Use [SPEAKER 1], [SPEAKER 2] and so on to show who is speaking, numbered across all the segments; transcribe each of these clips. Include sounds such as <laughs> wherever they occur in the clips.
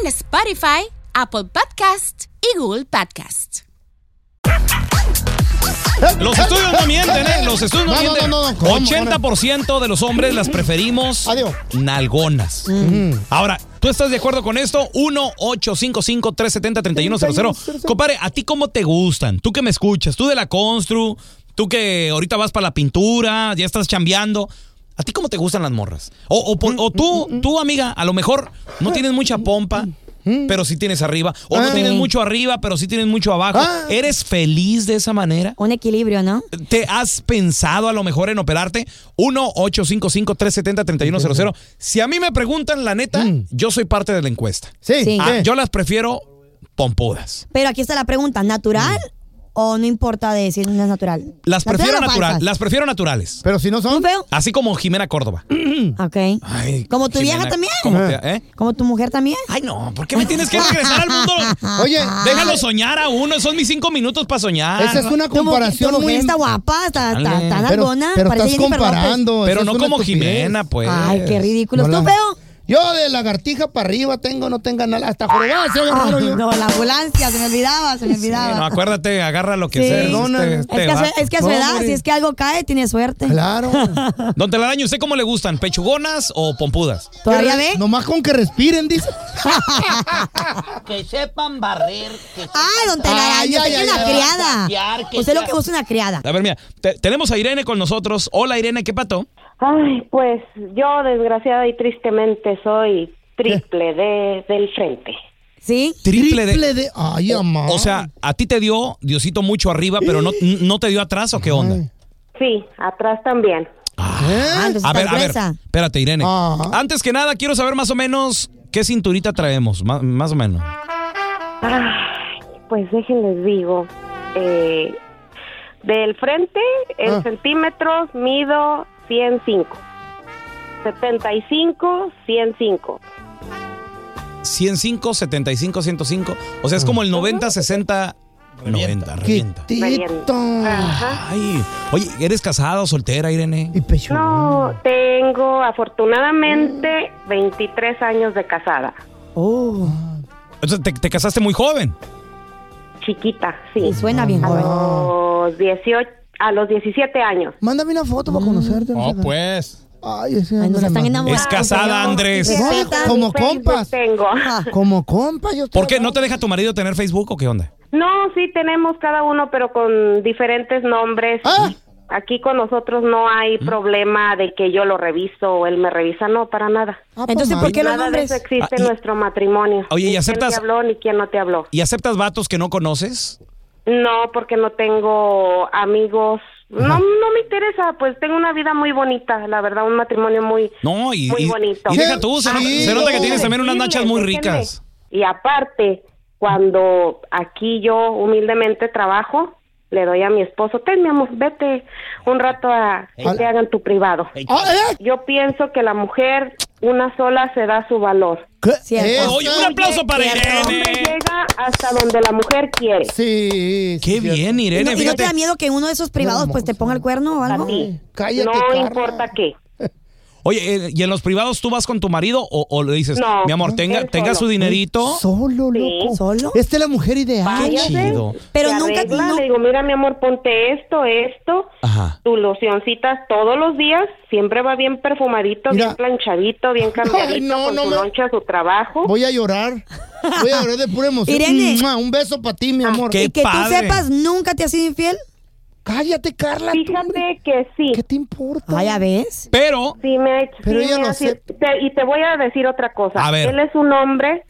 [SPEAKER 1] en Spotify, Apple Podcast y Google Podcast.
[SPEAKER 2] Los estudios no mienten, ¿eh? Los estudios no,
[SPEAKER 3] No, no,
[SPEAKER 2] mienten.
[SPEAKER 3] no, no, ¿cómo?
[SPEAKER 2] 80% de los hombres las preferimos
[SPEAKER 3] Adiós. Mm.
[SPEAKER 2] nalgonas. Ahora, ¿tú estás de acuerdo con esto? 1-855-370-3100. Compare, ¿a ti cómo te gustan? Tú que me escuchas, tú de la constru, tú que ahorita vas para la pintura, ya estás chambeando. ¿A ti cómo te gustan las morras? O, o por- o
[SPEAKER 3] Mm,
[SPEAKER 2] tú, tú, amiga, a lo mejor no tienes mucha pompa,
[SPEAKER 3] Mm.
[SPEAKER 2] pero sí tienes arriba. O no
[SPEAKER 3] Ah.
[SPEAKER 2] tienes mucho arriba, pero sí tienes mucho abajo.
[SPEAKER 3] Ah.
[SPEAKER 2] ¿Eres feliz de esa manera?
[SPEAKER 4] Un equilibrio, ¿no?
[SPEAKER 2] ¿Te has pensado a lo mejor en operarte? 1-855-370-3100. Si a mí me preguntan, la neta, yo soy parte de la encuesta.
[SPEAKER 3] Mm. Sí,
[SPEAKER 4] Sí.
[SPEAKER 3] sí.
[SPEAKER 2] Ah, yo las prefiero pompudas.
[SPEAKER 4] Pero aquí está la pregunta, ¿natural o no importa de si no es natural?
[SPEAKER 2] Las prefiero natural,
[SPEAKER 4] naturales.
[SPEAKER 2] las prefiero naturales.
[SPEAKER 3] Pero si no son.
[SPEAKER 4] ¿Un feo?
[SPEAKER 2] Así como Jimena Córdoba.
[SPEAKER 4] Ok.
[SPEAKER 2] Mm. Ay,
[SPEAKER 4] ¿Como tu
[SPEAKER 2] Jimena,
[SPEAKER 4] vieja también?
[SPEAKER 2] ¿cómo te- eh?
[SPEAKER 4] ¿Como tu mujer también?
[SPEAKER 2] Ay, no, ¿por qué me tienes que regresar al mundo?
[SPEAKER 3] <laughs> Oye,
[SPEAKER 2] Déjalo soñar a uno, son mis cinco minutos para soñar.
[SPEAKER 3] esa es una
[SPEAKER 4] Tu mujer, tu
[SPEAKER 3] comparación
[SPEAKER 4] mujer
[SPEAKER 3] muy.
[SPEAKER 4] está guapa, está, está,
[SPEAKER 2] Dale.
[SPEAKER 4] está
[SPEAKER 3] pero
[SPEAKER 4] nalgona,
[SPEAKER 3] pero
[SPEAKER 4] parece
[SPEAKER 3] estás
[SPEAKER 4] Jennifer López.
[SPEAKER 3] comparando.
[SPEAKER 2] Pero
[SPEAKER 3] esa
[SPEAKER 2] no
[SPEAKER 3] es una
[SPEAKER 2] como
[SPEAKER 3] estupidez.
[SPEAKER 2] Jimena, pues.
[SPEAKER 4] Ay, qué ridículo.
[SPEAKER 3] No
[SPEAKER 4] ¿Tú
[SPEAKER 3] la-
[SPEAKER 4] feo?
[SPEAKER 3] Yo de lagartija para arriba tengo, no tenga nada. Hasta ¿eh? jorobada se agarraron
[SPEAKER 4] Ay,
[SPEAKER 3] yo.
[SPEAKER 4] <laughs> no, la ambulancia, se me olvidaba, se me
[SPEAKER 2] Sí,
[SPEAKER 4] olvidaba.
[SPEAKER 2] no, acuérdate, agarra lo que
[SPEAKER 4] Sí.
[SPEAKER 2] sea.
[SPEAKER 3] Perdona.
[SPEAKER 2] este-
[SPEAKER 3] Es
[SPEAKER 2] este
[SPEAKER 4] es, que a
[SPEAKER 2] vato.
[SPEAKER 4] su, es que a su
[SPEAKER 3] No,
[SPEAKER 4] edad,
[SPEAKER 3] hombre.
[SPEAKER 4] si es que algo cae, tiene suerte.
[SPEAKER 3] Claro.
[SPEAKER 2] Don Telaraño, ¿usted cómo le gustan? ¿Pechugonas o pompudas?
[SPEAKER 4] <laughs> ¿Todavía
[SPEAKER 3] Que re-
[SPEAKER 4] ve?
[SPEAKER 3] Nomás con que respiren, dice.
[SPEAKER 5] Que sepan barrer, que sepan
[SPEAKER 4] Ay, don Telaraño,
[SPEAKER 3] Ay,
[SPEAKER 4] usted
[SPEAKER 3] ay,
[SPEAKER 4] que
[SPEAKER 3] ay,
[SPEAKER 4] es una
[SPEAKER 3] ay.
[SPEAKER 4] criada.
[SPEAKER 5] Saquear, que
[SPEAKER 4] Usted lo
[SPEAKER 5] sea-
[SPEAKER 4] que busca es una criada.
[SPEAKER 2] A ver, mira, te- tenemos a Irene con nosotros. Hola, Irene, ¿qué pato?
[SPEAKER 6] Ay, pues yo desgraciada y tristemente soy triple D del frente.
[SPEAKER 4] ¿Sí?
[SPEAKER 2] Triple de-
[SPEAKER 3] Triple de- Ay, ¿Eh? amá.
[SPEAKER 2] O sea, a ti te dio Diosito mucho arriba, pero no, no te dio atrás o qué onda?
[SPEAKER 6] Sí, atrás también.
[SPEAKER 4] Ah, entonces
[SPEAKER 2] A ver,
[SPEAKER 4] estás
[SPEAKER 2] a ver.
[SPEAKER 4] gruesa.
[SPEAKER 2] Espérate, Irene.
[SPEAKER 3] Ajá.
[SPEAKER 2] Antes que nada, quiero saber más o menos qué cinturita traemos, ma- más, o menos.
[SPEAKER 6] Pues déjenles digo, eh, del frente en
[SPEAKER 3] Ah.
[SPEAKER 6] centímetros mido 105. 75, 105.
[SPEAKER 2] 105, 75, 105. O sea, es como el 90, 60, 90. Revienta.
[SPEAKER 3] Quitito.
[SPEAKER 6] Ajá.
[SPEAKER 2] Ay, oye, ¿eres casada o soltera, Irene?
[SPEAKER 3] Y pecho.
[SPEAKER 6] No, tengo afortunadamente 23 años de casada.
[SPEAKER 4] Oh,
[SPEAKER 2] Entonces, te, te casaste muy joven.
[SPEAKER 6] Chiquita, sí.
[SPEAKER 4] y suena bien
[SPEAKER 6] A
[SPEAKER 4] joven.
[SPEAKER 6] los 18, a los 17 años.
[SPEAKER 3] Mándame una foto para conocerte. no sé qué.
[SPEAKER 2] pues.
[SPEAKER 3] Ay, ese
[SPEAKER 4] Mm. Ay,
[SPEAKER 3] anda
[SPEAKER 4] nos están
[SPEAKER 3] mal.
[SPEAKER 4] enamorando.
[SPEAKER 2] Es casada, Andrés.
[SPEAKER 4] Se respetan.
[SPEAKER 3] Como
[SPEAKER 6] Ni Facebook
[SPEAKER 3] compas. Ah.
[SPEAKER 6] Tengo.
[SPEAKER 3] Como compa, yo estoy
[SPEAKER 2] ¿Por qué? ¿No te
[SPEAKER 3] hablando.
[SPEAKER 2] deja tu marido tener Facebook o qué onda?
[SPEAKER 6] No, sí tenemos cada uno, pero con diferentes nombres.
[SPEAKER 3] Ah.
[SPEAKER 6] Aquí con nosotros no hay
[SPEAKER 2] ¿Mm?
[SPEAKER 6] problema de que yo lo reviso o él me revisa, no, para nada.
[SPEAKER 3] Ah, pa'
[SPEAKER 4] Entonces, ¿por
[SPEAKER 3] madre.
[SPEAKER 4] qué los
[SPEAKER 6] Nada de
[SPEAKER 4] nombres?
[SPEAKER 6] eso existe
[SPEAKER 2] Ah, y-
[SPEAKER 6] en nuestro matrimonio.
[SPEAKER 2] Oye, ¿y
[SPEAKER 6] Ni
[SPEAKER 2] aceptas-
[SPEAKER 6] ¿Quién te habló ni quién no te habló?
[SPEAKER 2] ¿Y aceptas vatos que no conoces?
[SPEAKER 6] No, porque no tengo amigos. No, no me interesa, pues tengo una vida muy bonita, la verdad, un matrimonio muy,
[SPEAKER 2] No, y,
[SPEAKER 6] Muy
[SPEAKER 2] y-
[SPEAKER 6] bonito.
[SPEAKER 2] y deja tú, se,
[SPEAKER 3] Ah,
[SPEAKER 2] nota-
[SPEAKER 3] sí,
[SPEAKER 2] se nota que
[SPEAKER 3] no,
[SPEAKER 2] tienes también unas
[SPEAKER 6] Déjenme,
[SPEAKER 2] nachas muy
[SPEAKER 6] déjenme.
[SPEAKER 2] ricas.
[SPEAKER 6] Y aparte, cuando aquí yo humildemente trabajo, le doy a mi esposo, ten mi amor, vete un rato a que te hagan tu privado.
[SPEAKER 3] Ah, ¿eh?
[SPEAKER 6] Yo pienso que la mujer una sola se da su valor.
[SPEAKER 3] ¿Qué?
[SPEAKER 4] Cierto.
[SPEAKER 3] Esa-
[SPEAKER 2] Oye, un aplauso para
[SPEAKER 4] Cierto.
[SPEAKER 6] El hombre
[SPEAKER 2] Irene.
[SPEAKER 6] llega hasta donde la mujer quiere.
[SPEAKER 3] Sí. sí,
[SPEAKER 2] Qué
[SPEAKER 3] cierto.
[SPEAKER 2] bien,
[SPEAKER 4] ¿Y no,
[SPEAKER 2] Irene,
[SPEAKER 4] y no te
[SPEAKER 2] fíjate.
[SPEAKER 4] da miedo que uno de esos privados pues te ponga el cuerno o
[SPEAKER 6] A
[SPEAKER 4] algo?
[SPEAKER 6] ti.
[SPEAKER 3] Cállate,
[SPEAKER 6] no
[SPEAKER 3] Carla.
[SPEAKER 6] importa qué.
[SPEAKER 2] Oye, eh, ¿y en los privados tú vas con tu marido o, o le dices,
[SPEAKER 6] No,
[SPEAKER 2] mi amor, tenga,
[SPEAKER 6] él
[SPEAKER 2] tenga
[SPEAKER 6] solo.
[SPEAKER 2] su dinerito?
[SPEAKER 3] Solo, loco.
[SPEAKER 4] ¿Solo?
[SPEAKER 3] Esta es la mujer ideal.
[SPEAKER 2] Qué chido.
[SPEAKER 4] Pero
[SPEAKER 6] se
[SPEAKER 4] nunca-
[SPEAKER 6] arregla,
[SPEAKER 4] no-
[SPEAKER 6] le digo, mira mi amor, ponte esto, esto,
[SPEAKER 2] Ajá.
[SPEAKER 6] tu locioncita todos los días, siempre va bien perfumadito,
[SPEAKER 3] Mira.
[SPEAKER 6] bien planchadito, bien cambiadito,
[SPEAKER 3] Ay, no,
[SPEAKER 6] con
[SPEAKER 3] no
[SPEAKER 6] su
[SPEAKER 3] me-
[SPEAKER 6] lonche a su trabajo.
[SPEAKER 3] Voy a llorar. Voy a llorar de pura emoción.
[SPEAKER 4] Irene. Ah,
[SPEAKER 3] Mua, Un beso para ti, mi amor. Eh,
[SPEAKER 2] ¿Qué?
[SPEAKER 4] Y que tú
[SPEAKER 2] padre.
[SPEAKER 4] sepas, nunca te has sido infiel.
[SPEAKER 3] Cállate, Carla. tú, hombre.
[SPEAKER 6] Fíjate que sí,
[SPEAKER 3] ¿Qué te importa?
[SPEAKER 4] Ah, ya ves.
[SPEAKER 2] Pero,
[SPEAKER 6] sí me ha hecho.
[SPEAKER 3] Pero
[SPEAKER 6] sí
[SPEAKER 3] ella
[SPEAKER 6] me
[SPEAKER 3] lo
[SPEAKER 6] ha sido-
[SPEAKER 3] acepta.
[SPEAKER 6] te- y te voy a decir otra cosa.
[SPEAKER 2] A ver.
[SPEAKER 6] Él es un hombre.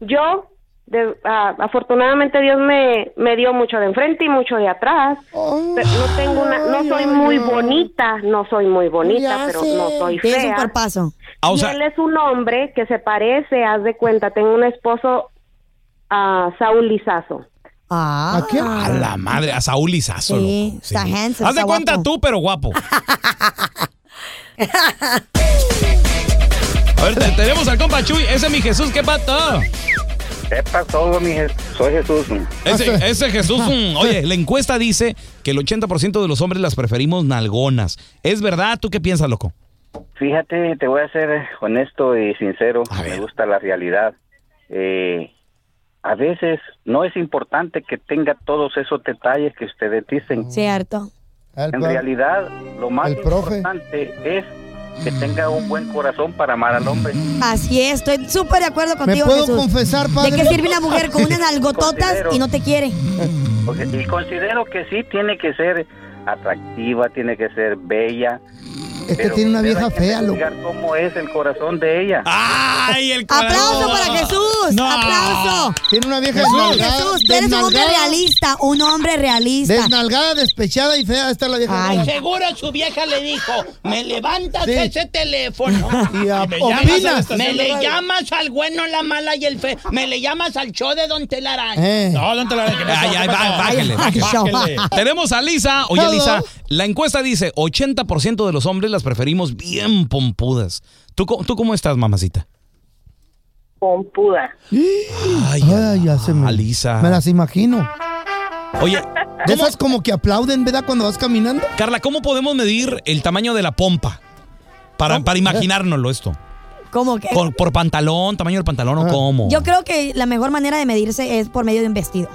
[SPEAKER 6] Yo, de- ah, afortunadamente, Dios me, me dio mucho de enfrente y mucho de atrás.
[SPEAKER 3] Oh.
[SPEAKER 6] Pero no tengo una, no
[SPEAKER 3] Ay,
[SPEAKER 6] soy
[SPEAKER 3] ay,
[SPEAKER 6] muy
[SPEAKER 3] ay.
[SPEAKER 6] bonita, no soy muy bonita,
[SPEAKER 3] Ya
[SPEAKER 6] pero
[SPEAKER 3] sé.
[SPEAKER 6] no soy
[SPEAKER 4] Tienes un
[SPEAKER 6] fea.
[SPEAKER 4] cuerpazo.
[SPEAKER 2] ah, o
[SPEAKER 6] Y
[SPEAKER 2] sea,
[SPEAKER 6] él es un hombre que se parece, haz de cuenta, tengo un esposo a Saúl Lizazo.
[SPEAKER 4] Ah.
[SPEAKER 3] ¿A quién?
[SPEAKER 2] a la madre, a Saúl Lizazo.
[SPEAKER 4] Sí,
[SPEAKER 2] loco.
[SPEAKER 4] está handsome,
[SPEAKER 2] Haz de
[SPEAKER 4] está
[SPEAKER 2] cuenta
[SPEAKER 4] guapo.
[SPEAKER 2] tú, pero
[SPEAKER 4] <laughs>
[SPEAKER 2] guapo. A ver, te- tenemos al compa Chuy. Ese es mi Jesús, ¿qué pato?
[SPEAKER 7] ¿Qué pasó, mi Je- Soy Jesús.
[SPEAKER 2] Ese, ese Jesús,
[SPEAKER 3] <laughs>
[SPEAKER 2] mm, oye, la encuesta dice que el 80% de los hombres las preferimos nalgonas. ¿Es verdad? ¿Tú qué piensas, loco?
[SPEAKER 7] Fíjate, te voy a ser honesto y sincero.
[SPEAKER 2] A ver.
[SPEAKER 7] Me gusta la realidad. Eh, a veces no es importante que tenga todos esos detalles que ustedes dicen.
[SPEAKER 4] Cierto.
[SPEAKER 3] Al
[SPEAKER 7] En
[SPEAKER 3] pa-
[SPEAKER 7] realidad, lo más
[SPEAKER 3] El profe.
[SPEAKER 7] importante es que tenga un buen corazón para amar al hombre.
[SPEAKER 4] Así es, estoy súper de acuerdo
[SPEAKER 3] ¿Me
[SPEAKER 4] contigo,
[SPEAKER 3] puedo
[SPEAKER 4] Jesús.
[SPEAKER 3] confesar,
[SPEAKER 4] ¿De
[SPEAKER 3] padre?
[SPEAKER 4] qué sirve una mujer con unas nalgototas y no te quiere?
[SPEAKER 7] Porque- y considero que sí tiene que ser atractiva, tiene que ser bella.
[SPEAKER 3] Es que
[SPEAKER 7] pero
[SPEAKER 3] tiene una
[SPEAKER 7] primero
[SPEAKER 3] vieja
[SPEAKER 7] hay que
[SPEAKER 3] fea, loco.
[SPEAKER 7] investigar cómo es el corazón de ella.
[SPEAKER 2] ¡Ay, el corazón!
[SPEAKER 4] ¡Aplauso para Jesús!
[SPEAKER 2] No.
[SPEAKER 4] ¡Aplauso!
[SPEAKER 3] Tiene una vieja
[SPEAKER 4] No,
[SPEAKER 3] desnalgada,
[SPEAKER 4] Jesús, tú eres un hombre
[SPEAKER 3] desnalgada,
[SPEAKER 4] realista, un hombre realista.
[SPEAKER 3] Desnalgada, despechada y fea. Esta es la vieja.
[SPEAKER 4] Ay.
[SPEAKER 5] Seguro su vieja le dijo, me levantas
[SPEAKER 3] Sí.
[SPEAKER 5] ese teléfono.
[SPEAKER 3] <laughs> Y a-
[SPEAKER 5] me
[SPEAKER 3] opinas.
[SPEAKER 5] llamas, me le llamas al bueno, la mala y el feo. Me le llamas al show de Don Telaraño.
[SPEAKER 3] Eh.
[SPEAKER 5] No, Don Telaraño.
[SPEAKER 2] Ay, ay, bá- bájale, bájale.
[SPEAKER 4] show.
[SPEAKER 2] Tenemos a Lisa. Oye,
[SPEAKER 3] Hello.
[SPEAKER 2] Lisa, la encuesta dice 80% de los hombres las preferimos bien pompudas. ¿Tú, co- tú cómo estás, mamacita?
[SPEAKER 6] Pompuda.
[SPEAKER 2] Ay,
[SPEAKER 3] Ay, ya Ah, se me.
[SPEAKER 2] a Lisa.
[SPEAKER 3] Me las imagino.
[SPEAKER 2] Oye,
[SPEAKER 3] De esas como que aplauden, ¿verdad? Cuando vas caminando.
[SPEAKER 2] Carla, ¿cómo podemos medir el tamaño de la pompa? Para, para imaginárnoslo esto.
[SPEAKER 4] ¿Cómo que?
[SPEAKER 2] Por, por pantalón, tamaño del pantalón o cómo.
[SPEAKER 4] Yo creo que la mejor manera de medirse es por medio de un vestido.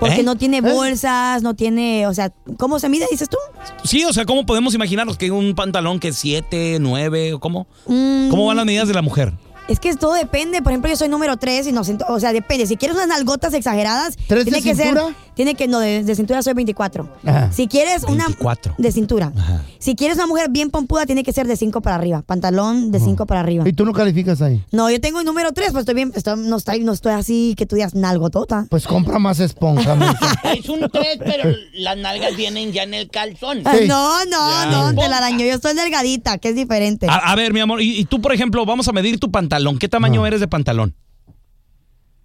[SPEAKER 4] Porque
[SPEAKER 2] ¿Eh?
[SPEAKER 4] no tiene bolsas, no tiene, o sea, ¿cómo se mide, dices tú?
[SPEAKER 2] Sí, o sea, ¿cómo podemos imaginarnos que un pantalón que es 7, 9 o cómo? ¿Cómo van las medidas de la mujer?
[SPEAKER 4] Mm, Es que todo depende. Por ejemplo, yo soy número 3 y no siento, o sea, depende. Si quieres unas nalgotas exageradas,
[SPEAKER 3] ¿Tres de
[SPEAKER 4] tiene que
[SPEAKER 3] cintura?
[SPEAKER 4] ser. Tiene que, no, de, de cintura soy 24.
[SPEAKER 3] Ajá.
[SPEAKER 4] Si quieres una.
[SPEAKER 2] 24.
[SPEAKER 4] De cintura.
[SPEAKER 2] Ajá.
[SPEAKER 4] Si quieres una mujer bien pompuda, tiene que ser de 5 para arriba. Pantalón de 5 para arriba.
[SPEAKER 3] Y tú no calificas ahí.
[SPEAKER 4] No, yo tengo el número 3, pues estoy bien, estoy- no, estoy, no estoy así que tú digas nalgotota.
[SPEAKER 3] Pues compra más esponja, mija.
[SPEAKER 5] Es un tres, pero las nalgas vienen ya en el calzón.
[SPEAKER 4] Ah,
[SPEAKER 3] Sí.
[SPEAKER 4] No, no, no, te la daño. Yo estoy delgadita, que es diferente.
[SPEAKER 3] Ah.
[SPEAKER 2] A, a ver, mi amor, y, y tú, por ejemplo, vamos a medir tu pantalón. ¿Qué tamaño eres de pantalón?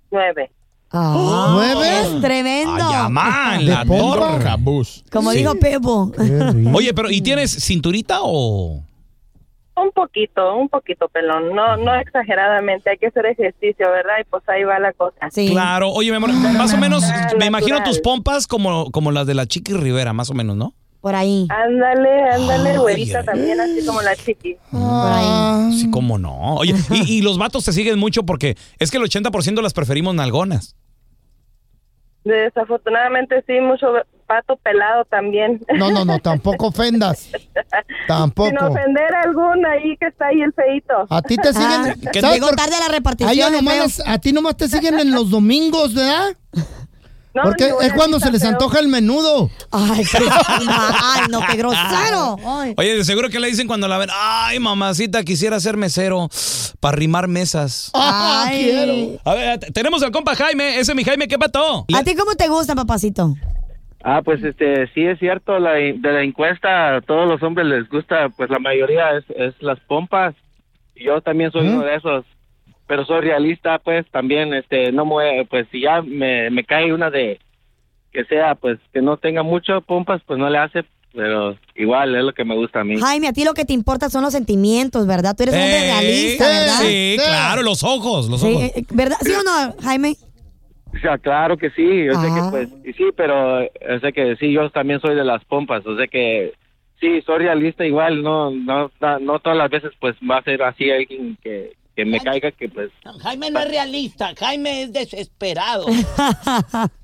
[SPEAKER 6] Nueve.
[SPEAKER 4] Ah,
[SPEAKER 3] ¿Nueve? Ah,
[SPEAKER 4] es tremendo.
[SPEAKER 2] Ayamán,
[SPEAKER 3] ¿De
[SPEAKER 2] la
[SPEAKER 3] pompa?
[SPEAKER 2] torre.
[SPEAKER 4] Como
[SPEAKER 2] Sí.
[SPEAKER 4] dijo
[SPEAKER 3] <laughs>
[SPEAKER 4] Pepo.
[SPEAKER 3] Qué rico.
[SPEAKER 2] Oye, pero ¿y tienes cinturita o...?
[SPEAKER 8] Un poquito, un poquito pelón, no no exageradamente, hay que hacer ejercicio, ¿verdad? Y pues ahí va la cosa.
[SPEAKER 4] Sí. Ah.
[SPEAKER 2] Claro, oye, mi amor, más o menos, me
[SPEAKER 8] natural.
[SPEAKER 2] imagino tus pompas como, como las de la Chiqui Rivera, más o menos, ¿no?
[SPEAKER 4] Por ahí.
[SPEAKER 8] Ándale, ándale,
[SPEAKER 2] Ay,
[SPEAKER 8] güerita
[SPEAKER 2] ay,
[SPEAKER 8] también, así como la chiqui.
[SPEAKER 4] Por
[SPEAKER 3] Ah.
[SPEAKER 4] ahí.
[SPEAKER 2] Sí, cómo no. Oye, y, y los vatos te siguen mucho porque es que el 80% las preferimos nalgonas.
[SPEAKER 8] Desafortunadamente sí, mucho pato pelado también.
[SPEAKER 3] No, no, no, tampoco ofendas.
[SPEAKER 8] <laughs> Sin
[SPEAKER 3] Tampoco.
[SPEAKER 8] ofender a alguno ahí que está ahí el feito.
[SPEAKER 6] Ah,
[SPEAKER 3] A ti te siguen.
[SPEAKER 2] que
[SPEAKER 3] ¿sabes
[SPEAKER 4] Llegó
[SPEAKER 3] por-
[SPEAKER 4] Ah. tarde a la
[SPEAKER 3] Ahí ya
[SPEAKER 4] repartición. el
[SPEAKER 3] nomás
[SPEAKER 4] feo.
[SPEAKER 3] les- a ti nomás te siguen en los domingos, ¿verdad?
[SPEAKER 8] No,
[SPEAKER 3] Porque
[SPEAKER 8] ni una
[SPEAKER 3] es cuando
[SPEAKER 8] cita,
[SPEAKER 3] se les
[SPEAKER 8] pero-
[SPEAKER 3] antoja el menudo.
[SPEAKER 4] Ay, qué- ay, no, qué grosero. Ay.
[SPEAKER 2] Oye, de seguro que le dicen cuando la ven, ay, mamacita, quisiera ser mesero para arrimar mesas.
[SPEAKER 3] Ah,
[SPEAKER 4] Ay.
[SPEAKER 3] quiero.
[SPEAKER 2] A ver, t- tenemos al compa Jaime, ese es mi Jaime, ¿qué pato?
[SPEAKER 4] ¿A ti cómo te gusta, papacito?
[SPEAKER 7] Ah, pues este, sí es cierto, la, de la encuesta a todos los hombres les gusta, pues la mayoría es, es las pompas. Yo también soy uno de esos, pero soy realista, pues también, este, no me, pues si ya me, me cae una de que sea, pues que no tenga mucho pompas, pues no le hace, pero igual es lo que me gusta a mí.
[SPEAKER 4] Jaime, a ti lo que te importa son los sentimientos, ¿verdad? Tú eres un hombre
[SPEAKER 2] Eh,
[SPEAKER 4] realista, ¿verdad?
[SPEAKER 2] Sí,
[SPEAKER 3] Sí.
[SPEAKER 2] claro, los ojos, los
[SPEAKER 4] Sí,
[SPEAKER 2] ojos.
[SPEAKER 4] eh, ¿verdad? ¿Sí o no, Jaime?
[SPEAKER 7] O sea, claro que sí, yo sé
[SPEAKER 4] Ah.
[SPEAKER 7] que pues, y sí, pero yo sé que sí, yo también soy de las pompas, o sea que
[SPEAKER 5] Sí, soy realista igual, no, no, no todas las veces pues va a ser así alguien que, que me caiga que pues...
[SPEAKER 7] Jaime no es realista, Jaime es desesperado.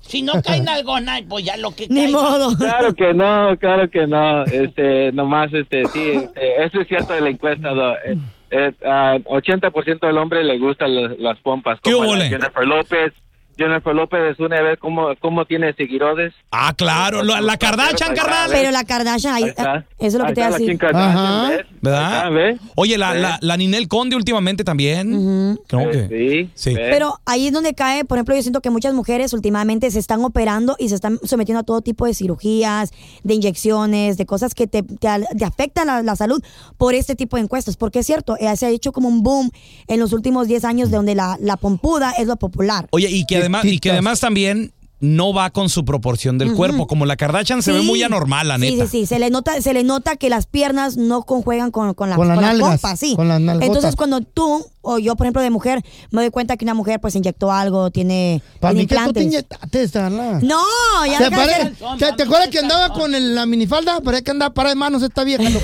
[SPEAKER 7] si no cae en algo, na- pues ya lo que
[SPEAKER 4] Ni
[SPEAKER 7] caiga.
[SPEAKER 4] modo.
[SPEAKER 5] Claro que no, claro que no, este, nomás, este, sí, este, eso es cierto de la encuesta, do- eh, eh, ah, 80% del hombre le gustan las- las pompas.
[SPEAKER 2] ¿Qué
[SPEAKER 5] como
[SPEAKER 2] hubo,
[SPEAKER 5] la
[SPEAKER 2] le?
[SPEAKER 5] Jennifer López, Jennifer López es una, a ver cómo, cómo tiene seguidores.
[SPEAKER 2] Ah, claro, la, la Kardashian, carnal.
[SPEAKER 4] Pero la Kardashian, ahí,
[SPEAKER 5] Ahí está.
[SPEAKER 4] ah, eso es lo
[SPEAKER 5] Ahí
[SPEAKER 4] que te iba a
[SPEAKER 5] está la Kim
[SPEAKER 4] decir.
[SPEAKER 5] Kardashian,
[SPEAKER 3] Ajá.
[SPEAKER 5] ¿ves?
[SPEAKER 2] ¿Verdad?
[SPEAKER 5] Acá, ¿ves?
[SPEAKER 2] Oye, la,
[SPEAKER 5] ¿Ves?
[SPEAKER 2] la, la Ninel Conde últimamente también. Creo
[SPEAKER 5] Eh,
[SPEAKER 2] que-
[SPEAKER 5] Sí,
[SPEAKER 2] Sí.
[SPEAKER 5] ¿ves?
[SPEAKER 4] Pero ahí es donde cae, por ejemplo, yo siento que muchas mujeres últimamente se están operando y se están sometiendo a todo tipo de cirugías, de inyecciones, de cosas que te, te al- te afectan la, la salud por este tipo de encuestas. Porque es cierto, eh, se ha hecho como un boom en los últimos 10 años de donde la, la pompuda es lo popular.
[SPEAKER 2] Oye, y que además, y que además también no va con su proporción del cuerpo. Como la Kardashian se ve
[SPEAKER 4] Sí.
[SPEAKER 2] muy anormal, la neta.
[SPEAKER 4] Sí, sí, sí. Se le nota, se le nota que las piernas no conjuegan con, con la,
[SPEAKER 3] Con las
[SPEAKER 4] la
[SPEAKER 3] nalgas,
[SPEAKER 4] pompa, sí.
[SPEAKER 3] con las nalgotas.
[SPEAKER 4] Entonces, cuando tú o yo, por ejemplo, de mujer, me doy cuenta que una mujer pues inyectó algo, tiene,
[SPEAKER 3] Para
[SPEAKER 4] tiene
[SPEAKER 3] mí que tú te
[SPEAKER 4] implantes.
[SPEAKER 3] inyectaste, Carla.
[SPEAKER 4] no, ya
[SPEAKER 3] ¿Te,
[SPEAKER 4] deja de
[SPEAKER 3] pare-
[SPEAKER 4] ser-
[SPEAKER 3] ¿Te, te acuerdas que andaba con el- la minifalda? Parecía que andaba para de manos esta vieja. loco.